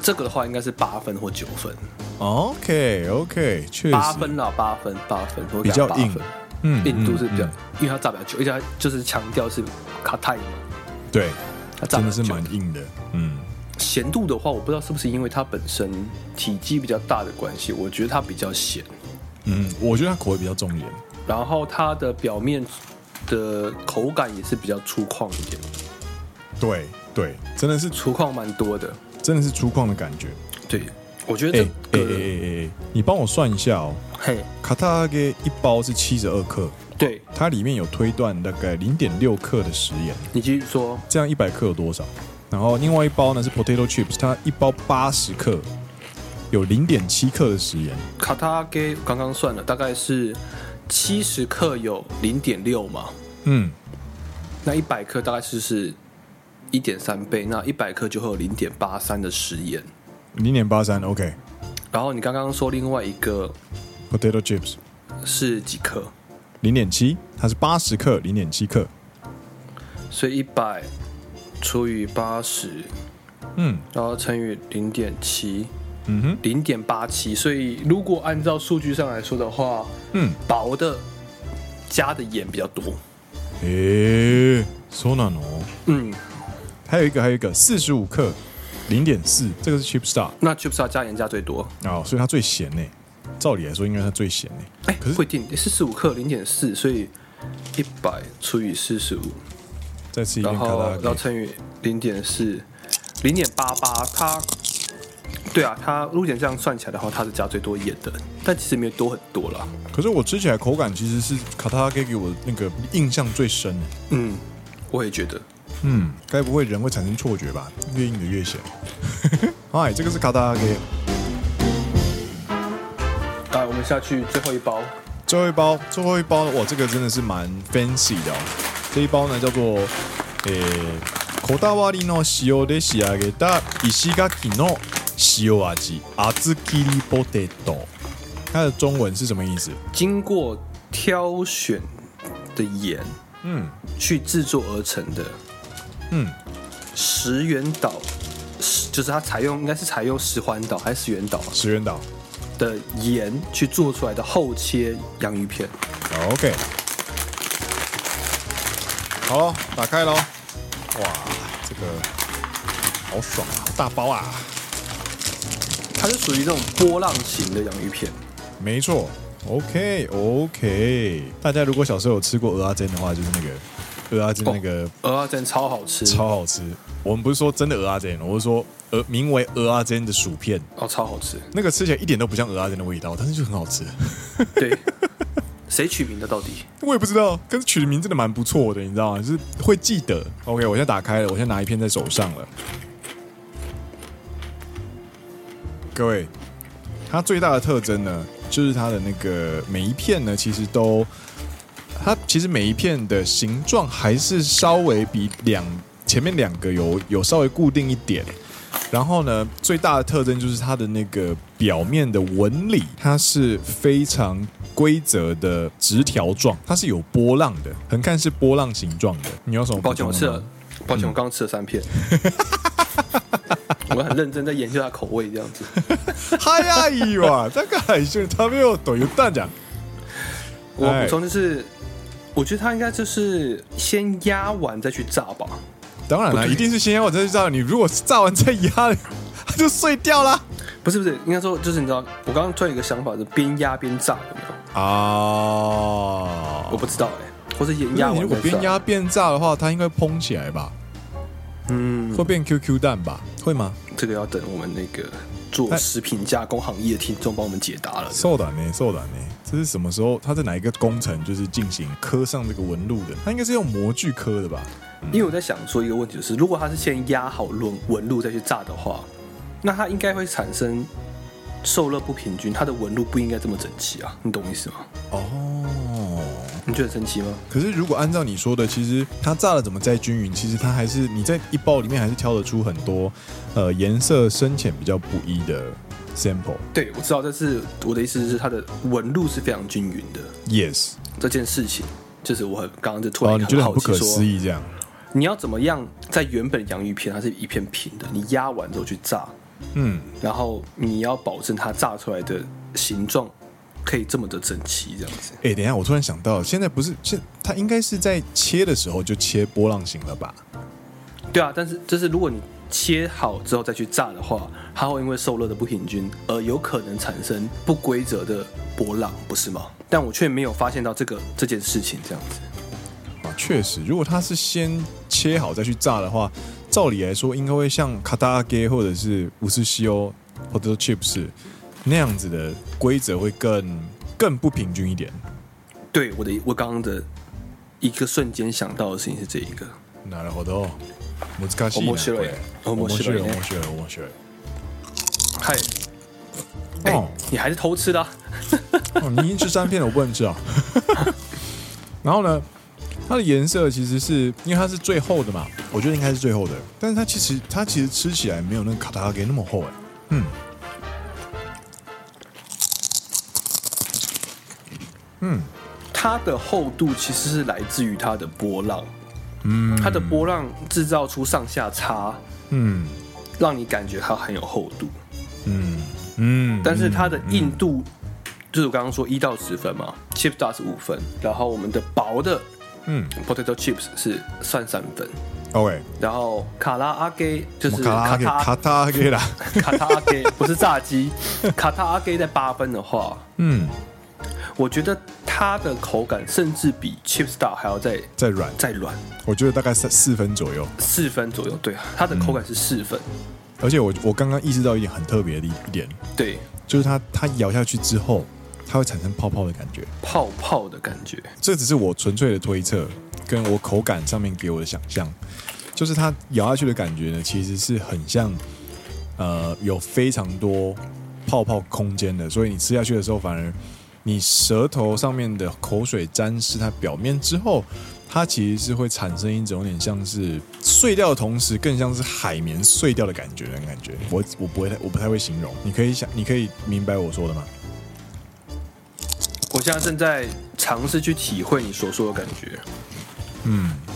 这个的话应该是八分或九分，
OK OK，确实
八分啦，八分，八分，我
比
给它
较
八
硬
分。
嗯
印度是比较，
嗯
因为它炸比较久，而且它就是强调是卡泰嘛，
嗯对，
它炸
真的
比较
是
久
蛮硬的。嗯，
咸度的话，我不知道是不是因为它本身体积比较大的关系，我觉得它比较咸。
嗯，我觉得它口味比较重一点。
然后它的表面的口感也是比较粗犷一点，
对对，真的是
粗犷蛮多的。
真的是粗犷的感觉。
对，我觉
哎
得这
哎哎
个、
哎哎，你帮我算一下哦，
嘿，
卡塔给一包是七十二克，
对
它里面有推断大概零点六克的食盐，
你继续说，
这样一百克有多少？然后另外一包呢是 potato chips，它一包八十克，有零点七克的食盐。
卡塔给刚刚算了，大概是七十克有零点六嘛，
嗯，
那一百克大概是是一点三倍，那一百克就会有零点八三的食盐。
零点八三，OK。
然后你刚刚说另外一个
potato chips
是几克？
零点七，它是八十克，零点七克。
所以一百除以八十，
嗯
然后乘以零点七，
嗯哼，
零点八七，所以如果按照数据上来说的话，
嗯，
薄的加的盐比较多。
诶、so 难哦。
嗯，
还有一个，还有一个四十五克，零点四，这个是 chip star
那 c h i p s 加盐加最多。
哦，所以它最咸呢。照理来说，应该它最咸呢。
哎、
可是
不一定，四十五克零点四，所以一百除以四十五，
再吃一
然
遍卡
后
拉
然后乘以零点四，零点八八，它。对啊，它如果这样算起来的话，它是加最多盐的，但其实没有多很多啦。
可是我吃起来口感其实是卡塔给给我那个印象最深的。
嗯，我也觉得。
嗯，该不会人会产生错觉吧？越硬的越咸。 嗨，这个是卡塔给
来，我们下去最后一包，
最后一包，最后一包哇，这个真的是蛮 fancy 的哦。这一包呢叫做诶，口大瓦里诺西欧で仕上げた石垣の塩味阿兹基里ポテト。它的中文是什么意思？
经过挑选的盐，
嗯
去制作而成的
嗯，
石原岛，石就是它采用应该是采用石环岛还是石原岛啊
石原岛。
的盐去做出来的厚切洋芋片。
OK，好咯，打开喽！哇，这个好爽啊，好大包啊！
它是属于这种波浪形的洋芋片。
没错，OK OK。大家如果小时候有吃过鹅阿珍的话，就是那个鹅阿珍那个
鹅啊，真的超好吃，
超好吃。我们不是说真的鹅阿珍，我是说鹅名为鹅阿珍的薯片，
哦，超好吃。
那个吃起来一点都不像鹅阿珍的味道，但是就很好吃。
对，谁取名的到底？
我也不知道，可是取的名真的蛮不错的，你知道吗？就是会记得。OK，我现在打开了，我现在拿一片在手上了。各位，它最大的特征呢，就是它的那个每一片呢，其实都它其实每一片的形状还是稍微比两前面两个有有稍微固定一点。然后呢，最大的特征就是它的那个表面的纹理，它是非常规则的直条状，它是有波浪的，横看是波浪形状的。你有什么补嗯
抱
充
歉，我
的吗？
吃了，抱歉，我刚刚吃了三片。 我很认真在研究它口味，这样子。
早いわ。だから一緒に食べようと言ったじゃん。
我
哎
补充就是，我觉得它应该就是先压完再去炸吧。
当然了，一定是先要我再去炸。你如果是炸完再压 了，它就碎掉啦。
不是不是，应该说就是你知道，我刚刚突然有一个想法是边压边炸，有没有？
啊
我不知道哎、或者也
那
压
你
完
如果
再
边
炸。
压边炸的话，它应该蓬起来吧？
嗯，
会变 QQ 蛋吧？会吗？
这个要等我们那个
哎
做食品加工行业的听众帮我们解答了。
受胆呢，受胆呢，这是什么时候？他在哪一个工程就是进行刻上这个纹路的？他应该是用模具刻的吧？
因为我在想说一个问题，就是如果它是先压好纹纹路再去炸的话，那它应该会产生受热不平均，它的纹路不应该这么整齐啊，你懂我意思吗？
哦，
你觉得神奇吗？
可是如果按照你说的，其实它炸了怎么再均匀，其实它还是你在一包里面还是挑得出很多呃颜色深浅比较不一的 sample。
对，我知道，但是我的意思是它的纹路是非常均匀的
Yes，
这件事情。就是我很刚刚就突
哦，
然
你觉得很
好
不
奇
可
说
思，议这样？
你要怎么样在原本洋芋片它是一片平的，你压完之后去炸，
嗯，
然后你要保证它炸出来的形状可以这么的整齐，这样子。
哎、等一下，我突然想到，现在不是现它应该是在切的时候就切波浪形了吧？
对啊，但是就是如果你切好之后再去炸的话，它会因为受热的不平均而有可能产生不规则的波浪，不是吗？但我却没有发现到这个这件事情，这样子。
啊，确实，如果它是先切好再去炸的话，照理来说应该会像卡达给或者是五四西欧或者 chips 那样子的规则会更更不平均一点。
对我的我刚刚的一个瞬间想到的事情是这一个，
なるほど。難しいな
面白い
これ
面
面
白
白
い
い
ね
面白い面白い。
嗨，哎、
哦
你还是偷吃的、啊，
哦，你已经吃三片了，我不能吃啊。 然后呢，它的颜色其实是因为它是最厚的嘛，我觉得应该是最厚的，但是它其实它其实吃起来没有那个卡达给那么厚哎、嗯。嗯，
它的厚度其实是来自于它的波浪，嗯，它的波浪制造出上下差，
嗯
让你感觉它很有厚度。
嗯嗯，
但是它的
嗯
硬度，就是我刚刚说一到十分嘛，chip star 是五分，然后我们的薄的
嗯
potato chips 是算三分，
，OK，
然后卡拉阿给就
我
是
卡达给卡
塔
达给啦，
卡塔阿给不是炸鸡，卡塔阿给在八分的话，
嗯，
我觉得它的口感甚至比 chip star 还要再
再软，
再软，
我觉得大概三四分左右。
四分左右，对，啊它的口感是四分，
而且我我刚刚意识到一点很特别的一一点，
对，
就是它它咬下去之后，它会产生泡泡的感觉。
泡泡的感觉，
这只是我纯粹的推测，跟我口感上面给我的想象，就是它咬下去的感觉呢，其实是很像，呃，有非常多泡泡空间的，所以你吃下去的时候，反而你舌头上面的口水沾湿它表面之后，它其实是会产生一种有点像是碎掉的同时，更像是海绵碎掉的感觉，那种感觉。我我不会太我不太会形容，你可以想，你可以明白我说的吗？
我现在正在尝试去体会你所说的感觉，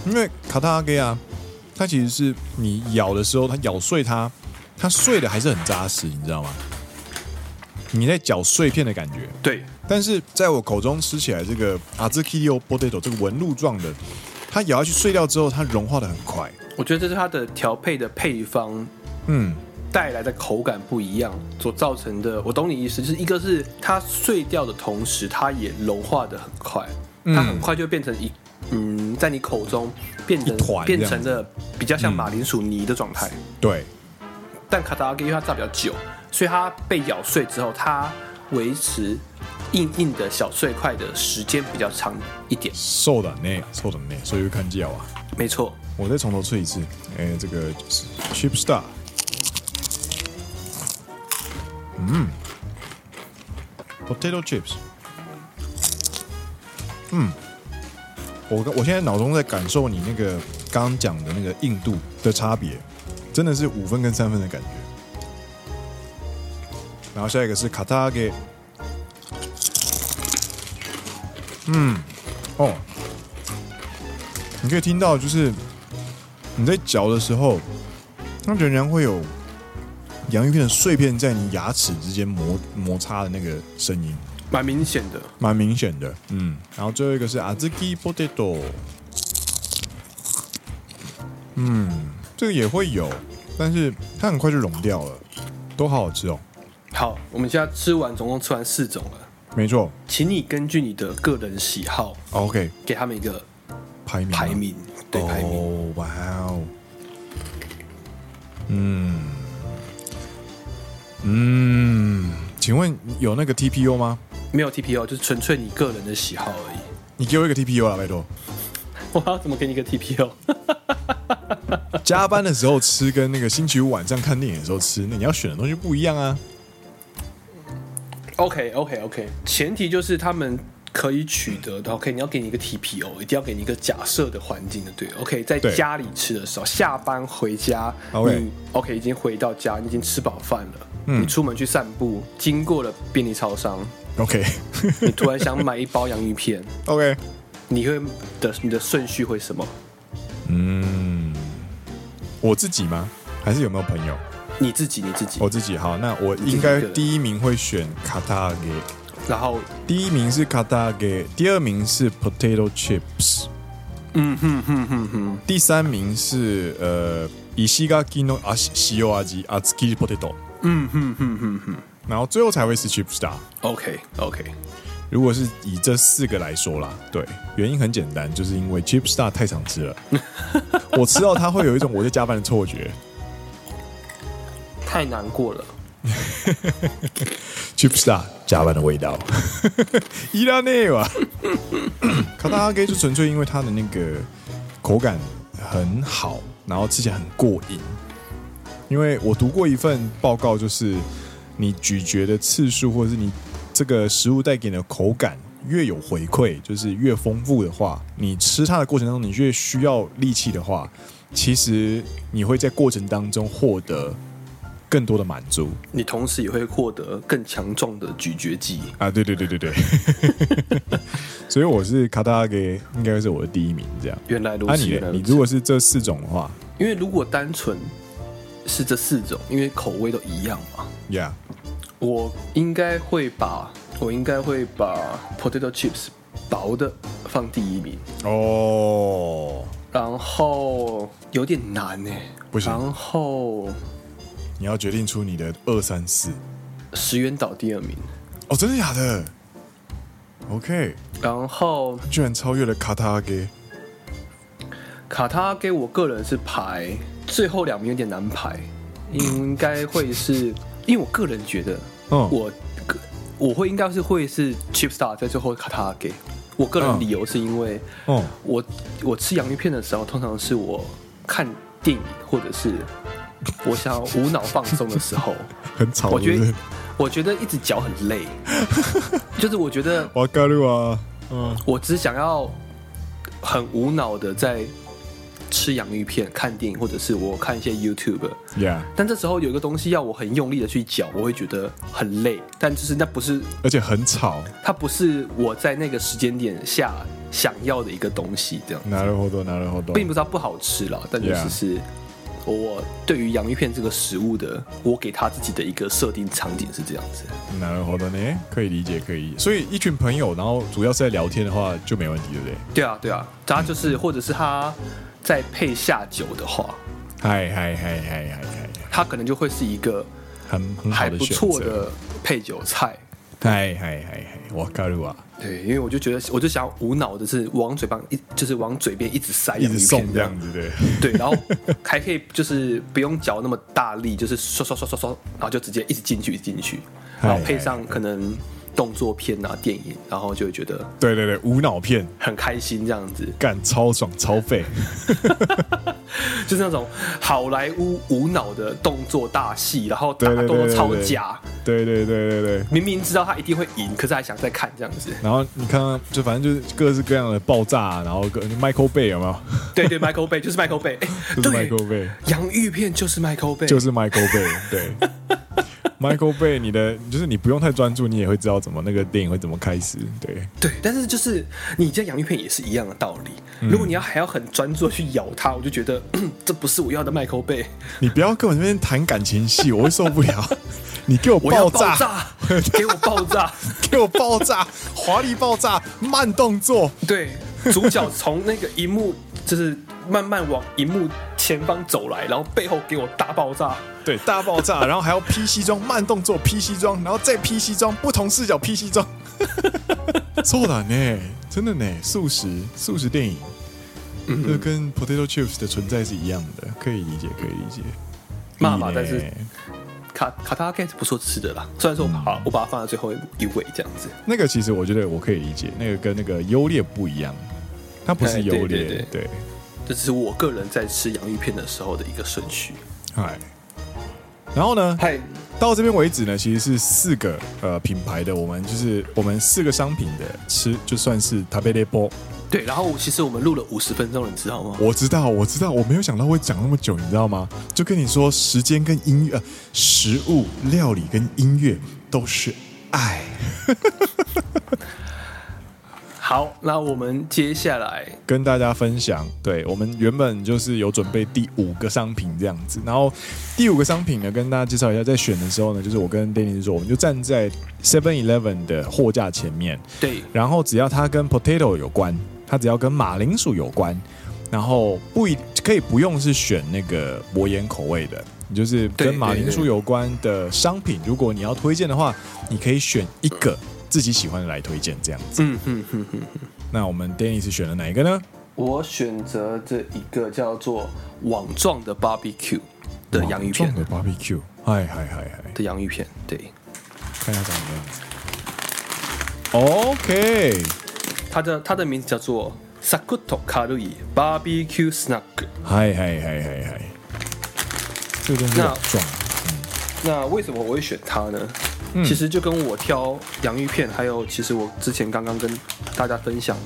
因为卡塔阿给啊，它其实是你咬的时候，它咬碎它，它碎的还是很扎实，你知道吗？你在嚼碎片的感觉，
对，
但是在我口中吃起来，这个阿兹基利欧 potato 这个纹路状的，它咬下去碎掉之后，它融化的很快。
我觉得这是它的调配的配方
嗯，
带来的口感不一样所造成的。我懂你意思，就是一个是它碎掉的同时，它也融化的很快，
嗯
它很快就变成一嗯，在你口中变成
一团
变
这样嗯
成了比较像马铃薯泥的状态。
对，
但卡达阿给因为它炸比较久，所以它被咬碎之后，它维持硬硬的小碎块的时间比较长一点。
瘦的呢，啊瘦的呢，所以会看见啊。
没错，
我再从头吃一次。哎、这个 Chip Star，嗯，Potato Chips，嗯，我刚我现在脑中在感受你那个刚刚讲的那个硬度的差别，真的是五分跟三分的感觉。然后下一个是卡塔给，嗯，哦，你可以听到就是你在嚼的时候，它仍然会有洋芋片的碎片在你牙齿之间摩摩擦的那个声音，
蛮明显的。
蛮明显的。嗯，然后最后一个是阿兹基 potato，嗯，嗯这个也会有，但是它很快就融掉了，都好好吃哦。
好，我们现在吃完，总共吃完四种了。
没错
请你根据你的个人喜好，
，OK，
给他们一个
排名吗啊
排名，对排名。
哦，哇哦，哦嗯嗯，请问有那个 TPU 吗？
没有 TPO，就是纯粹你个人的喜好而已。
你给我一个 TPU 啊，拜 托。
我要怎么给你一个 TPO？
加班的时候吃跟那个星期五晚上看电影的时候吃，那你要选的东西不一样啊。
OK OK OK，前提就是他们可以取得的。OK，你要给你一个 TPO，一定要给你一个假设的环境的，对。OK，在
对
家里吃的时候，下班回家
OK
你 OK 已经回到家，你已经吃饱饭了。
嗯
你出门去散步，经过了便利 超商，
OK
你突然想买一包洋芋片，
OK，
你会的你的顺序会什么？
嗯，我自己吗？还是有没有朋友？
你自己你自己，
我自己好，那我应
你自己一
该
个人
第一名会选卡塔给，
然后
第一名是卡塔给，第二名是 potato chips，
嗯哼哼哼哼，
第三名是呃以西嘎基诺阿西欧阿吉阿斯基 potato，
嗯哼哼哼哼
然后最后才会是 chip star。
，OK OK，
如果是以这四个来说啦，对，原因很简单，就是因为 chip star 太常吃 了，我吃到它会有一种我在加班的错觉。
太难过了。
chip star 加班的味道，伊拉内瓦。卡达阿给就纯粹因为它的那个口感 很好，然后吃起来很过瘾。因为我读过一份报告，就是你咀嚼的次数，或者是你这个食物带给你的口感越有回馈，就是越丰富的话，你吃它的过程当中，你越需要力气的话，其实你会在过程当中获得更多的满足。
你同时也会获得更强壮的咀嚼肌。
啊，对对对对对， 所以我是卡塔给，应该是我的第一名这样。
原来如
啊
此，
你
原
呢，
来
你
此
如果是这四种的话
因为如果单纯是这四种，因为口味都一样嘛，
，Yeah，
我应该会把我应该会把 potato chips 薄的放第一名，
哦，
然后有点难呢、
不行
然后
你要决定出你的二三四，
石原岛第二名，
哦，真的假的？OK，
然后
居然超越了卡塔给，
卡塔给我个人是排最后两名有点难排，应该会是，因为我个人觉得，
嗯
我个我会应该是会是 Chipstar 在最后卡塔给，我个人
嗯
理由是因为
哦，
我我吃洋芋片的时候，通常是我看电影或者是我想要无脑放松的时候，
很吵，
我觉
是不
得
是
我觉得一直嚼很累，就是我觉得
哇嘎鲁啊，嗯，
我只想要很无脑的在吃洋芋片、看电影，或者是我看一些 YouTube。
，Yeah，
但这时候有一个东西要我很用力的去嚼，我会觉得很累。但就是那不是
而且很吵，
它不是我在那个时间点下想要的一个东西，这样
拿了好多，拿了好多，
并不是它不好吃啦，但就是
Yeah
是我对于洋芋片这个食物的，我给它自己的一个设定场景是这样子。
拿了好多呢，可以理解，可以理解。所以一群朋友，然后主要是在聊天的话，就没问题，对不对？
对啊，对啊，它就是或者是它再配下酒的话，
嗨嗨嗨嗨嗨嗨。
它可能就会是一个
很很好
还
的
不
选
错
择。哎
的配酒菜。
嗨嗨嗨嗨，我加入啊，
对，因为我就觉得，我就想要无脑的是往嘴巴一，就是往嘴边一直塞
一
洋芋
直
片
送这样子对。
对，然后还可以就是不用嚼那么大力，就是刷刷刷刷刷，然后就直接一直进去一直进去，
嗨
然后配上可能动作片啊电影，然后就会觉得
对对对，无脑片，
很开心这样子，
干超爽超废。
就是那种好莱坞无脑的动作大戏，然后打
对对对
斗
对
超
对
假，
对对对对对。
明明知道他一定会赢，可是还想再看这样子。
然后你看到，就反正就是各式各样的爆炸，然后各 Michael Bay 有没有？
对对，Michael Bay 就是 Michael Bay，哎、
就是
对
Michael Bay，
洋芋片就是 Michael Bay，
就是 Michael Bay，对。Michael Bay，你的就是你不用太专注，你也会知道怎么那个电影会怎么开始。对，
对，但是就是你这洋芋片也是一样的道理。
嗯
如果你要还要很专注的去咬它，我就觉得 这不是我要的麦克贝，
你不要跟我这边谈感情戏，我会受不了。 你给我
我
爆
要
炸，
爆炸， 给我爆炸！
给我爆炸，华丽爆炸，慢动作，
对，主角从那个荧幕就是慢慢往荧幕前方走来，然后背后给我大爆炸。
对，大爆 炸，然后还要披西装，慢动作披西装，然后再披西装，不同视角披西 装。そうだね，真的呢，素食素食电影，
嗯
这跟 potato chips 的存在是一样的，可以理解，可以理解。
骂吧，但是
屁咧
卡卡塔 K 是不错吃的啦。虽
嗯
然说我把我把它放在最后一位这样子，
那个其实我觉得我可以理解，那个跟那个优劣不一样，它不
哎
是
对
优
对
劣，对，
这只是我个人在吃洋芋片的时候的一个顺序。
哎。然后呢，
嗨，
到这边为止呢，其实是四个呃品牌的，我们就是我们四个商品的吃，就算是塔贝列波。
对，然后其实我们录了五十分钟了，你知道吗？
我知道，我知道，我没有想到会讲那么久，你知道吗？就跟你说，时间跟音乐、呃、食物、料理跟音乐都是爱。
好，那我们接下来
跟大家分享。对我们原本就是有准备第五个商品这样子，然后第五个商品呢，跟大家介绍一下，在选的时候呢，就是我跟 Danny 说，我们就站在 Seven Eleven 的货架前面，
对
然后只要它跟 potato 有关，它只要跟马铃薯有关，然后不一可以不用是选那个薄盐口味的。你就是
对
跟
对
马铃薯
对
有关的商品，如果你要推荐的话，你可以选一个自己喜欢的来推荐，这样子。
嗯哼哼哼，
那我们 Danny 是选了哪一个呢？
我选择这一个叫做网状的 barbecue 的洋芋
撞
片
的 barbecue，嗨嗨嗨嗨，
的洋芋片，对，
看一下长什么样子。OK，
它的它的名字叫做 Sakuto Karui Barbecue Snack。
嗨嗨嗨嗨嗨，这个东西
那
好撞，
那为什么我会选它呢？
嗯
其实就跟我挑洋芋片，还有其实我之前刚刚跟大家分享，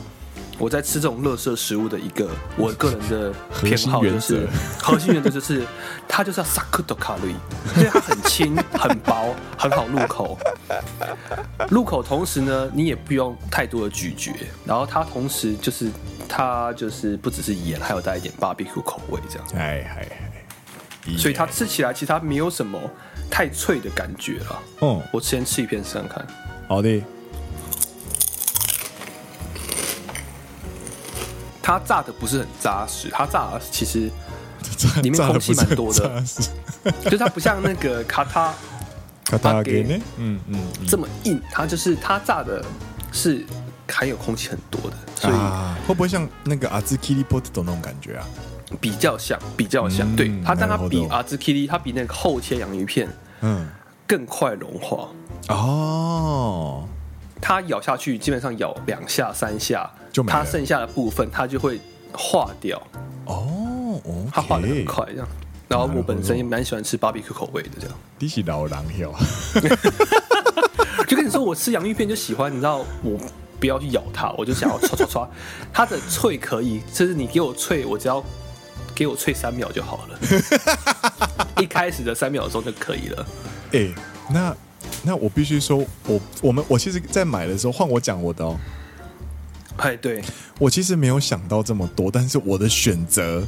我在吃这种垃圾食物的一个我个人的偏好
核心
就
原
是核心原则就是 它就是要萨克多卡路里，因为它很 轻、很薄、很好入口。入口同时呢，你也不用太多的咀嚼，然后它同时就是它就是不只是盐，还有带一点 barbecue 口味这样。
嗨嗨嗨，
所以它吃起来其实它没有什么太脆的感觉了。
嗯，
我先吃一片试看看，
好的，
它炸的不是很扎实，它炸的 其实
炸
里面
炸的
空气
不是
蛮多的
很扎实。
就是它不像那个卡塔
卡塔给
给
呢？嗯嗯，嗯
这么硬，它就是它炸的是含有空气很多的，所以
啊，会不会像那个阿兹基利波特的那种感觉啊？
比较像，比较像。
嗯
对它，但它
なるほど
比阿兹基利，它比那个厚切洋芋片
嗯，
更快融化。
哦，
它咬下去基本上咬两下三下，
就没了
它剩下的部分它就会化掉，
哦，OK，
它化的很快这样。然后
なるほ
我
ど
本身也蛮喜欢吃 barbecue 口味的这样。
你是老狼哟，
就跟你说，我吃洋芋片就喜欢，你知道我不要去咬它，我就想要唰唰唰，它的脆可以，就是你给我脆，我只要给我脆三秒就好了， 一开始的三秒钟就可以了。
哎、那那我必须说，我我们我其实，在买的时候换我讲我的哦，
哎，对，
我其实没有想到这么多，但是我的选择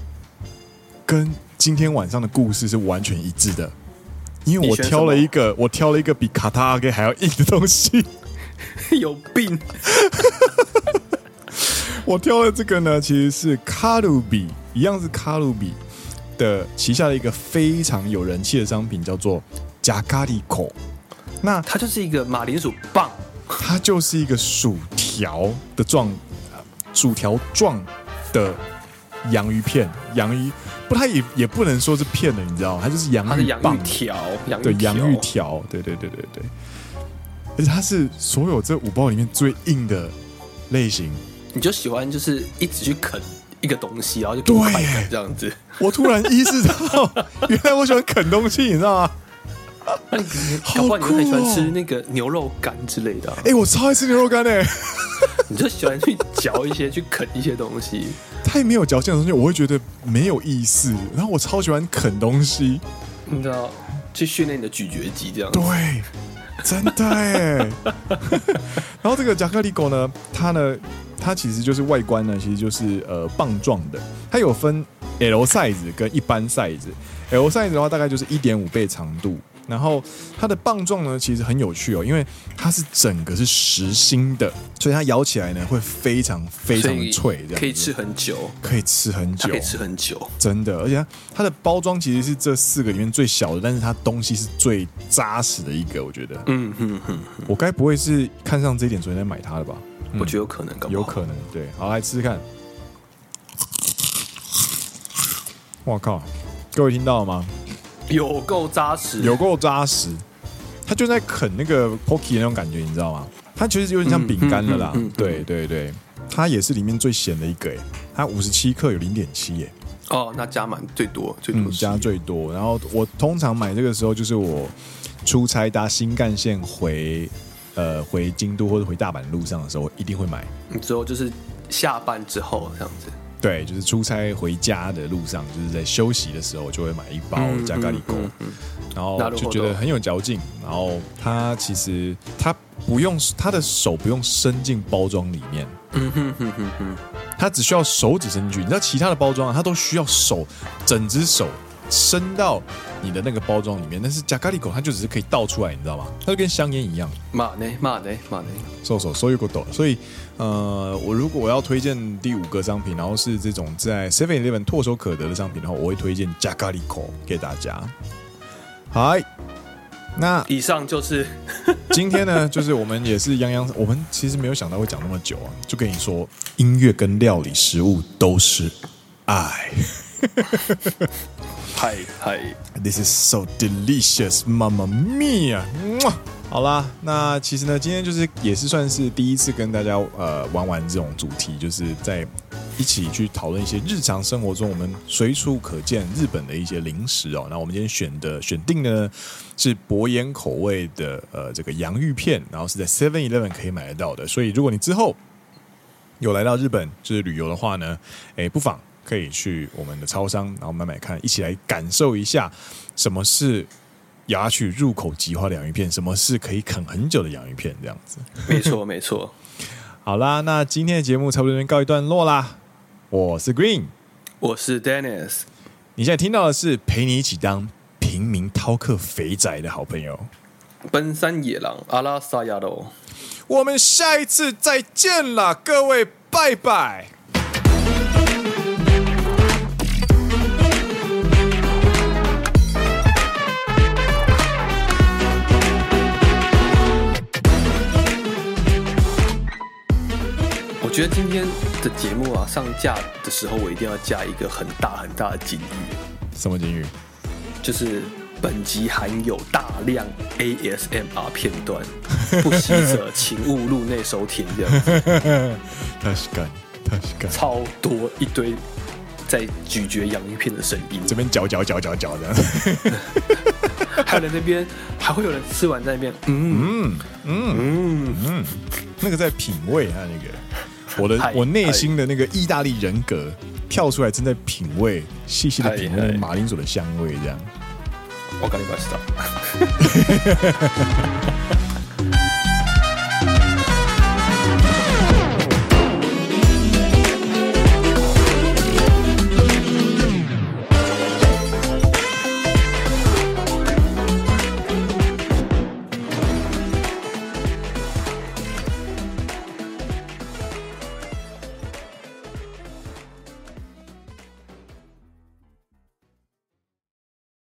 跟今天晚上的故事是完全一致的，因为
你
我
选
挑
什么
了一个，我挑了一个比卡塔阿给还要硬的东西，
有病，
我挑的这个呢，其实是卡路比，一样是卡路比的旗下的一个非常有人气的商品，叫做加咖喱口。那
它就是一个马铃薯棒，
它就是一个薯条的状，薯条状的洋芋片，洋芋不，它也也不能说是片的，你知道吗？它就是洋
它是
芋
洋
嗯棒
芋，条，洋
对，
芋
洋芋
条，
条，对对对对对。而且它是所有这五包里面最硬的类型。
你就喜欢就是一直去啃一个东西，然后就给你
对
快感
耶
这样子。
我突然意识到，原来我喜欢啃东西，你知道吗？
那你搞不好你会很喜欢
好酷哦
吃那个牛肉干之类的啊、
哎、我超爱吃牛肉干哎诶、
你就喜欢去嚼一些，去啃一些东西。
太没有嚼劲的东西，我会觉得没有意思。然后我超喜欢啃东西，
你知道，去训练你的咀嚼肌这样。
对，真的哎。 然后这个加克利狗呢，它呢，它其实就是外观呢，其实就是呃棒状的，它有分 L size 跟一般 size。L size 的话，大概就是一点五倍长度。然后它的棒状呢，其实很有趣哦，因为它是整个是实心的，所以它咬起来呢会非常非常的脆，这样子
可以吃，很久，
可以吃很
它
久，
可以吃很久。
真的，而且它它的包装其实是这四个里面最小的，但是它东西是最扎实的一个，我觉得。
嗯哼哼，
我该不会是看上这一点，所以才买它的吧？
我觉得有可能，搞不好
嗯有可能，对。好，来吃吃看。我靠，各位听到了吗？
有够扎实，
有够扎实。他就在啃那个 Pocky 那种感觉，你知道吗？它其实有点像饼干了啦。
嗯嗯嗯嗯
对对对，它也是里面最咸的一个、欸，它五十七克有零点七欸耶，
哦，那加满最多最多
嗯，
是
加最多。然后我通常买这个时候就是我出差搭新干线回呃回京都或者回大阪路上的时候，我一定会买。
之后就是下班之后这样子。
对，就是出差回家的路上，就是在休息的时候就会买一包
嗯
加咖喱锅，
嗯嗯
然后
なるほど
就觉得很有嚼劲。然后它其实它不用它的手不用伸进包装里面，
嗯哼哼哼哼，
它只需要手指伸进去。你知道其他的包装啊，它都需要手整只手伸到你的那个包装里面，但是加咖喱狗它就只是可以倒出来，你知道吗？它就跟香烟一样。
马呢马呢马呢，
收手收一个抖，所以呃，我如果我要推荐第五个商品，然后是这种在 Seven Eleven 唾手可得的商品的话，我会推荐加咖喱口给大家。好，那
以上就是
今天呢，就是我们也是泱泱，我们其实没有想到会讲那么久啊，就跟你说，音乐跟料理、食物都是爱。
嗨嗨，
This is so delicious, mamma mia！mwah 好啦，那其实呢，今天就是也是算是第一次跟大家呃玩玩这种主题，就是在一起去讨论一些日常生活中我们随处可见日本的一些零食哦。那我们今天选的选定的呢是薄盐口味的呃这个洋芋片，然后是在 Seven Eleven 可以买得到的，所以如果你之后有来到日本就是旅游的话呢，诶，不妨可以去我们的超商，然后买买看，一起来感受一下什么是牙取入口即化的洋芋片，什么是可以啃很久的洋芋片，这样子。
没错没 错，
好啦，那今天的节目差不多就告一段落啦。我是 Green，
我是 Dennis，
你现在听到的是陪你一起当平民饕客肥宅的好朋友。
奔山野狼阿拉萨亚罗。
我们下一次再见啦，各位，拜拜。
我觉得今天的节目啊，上架的时候我一定要加一个很大很大的警语，
什么金鱼？
就是本集含有大量 ASMR 片段，不习者请勿入内收听。这样子
確かに確かに。
超多一堆在咀嚼洋芋片的声 音，
这边嚼嚼嚼嚼嚼这样子。
还有人那边还会有人吃完在那边，嗯
那个在品味啊， 那个我的
嗨
我内心的那个意大利人格跳出来，正在品味，细细的品
嗨
味
嗨
马铃薯的香味，这样。
我跟你关系到。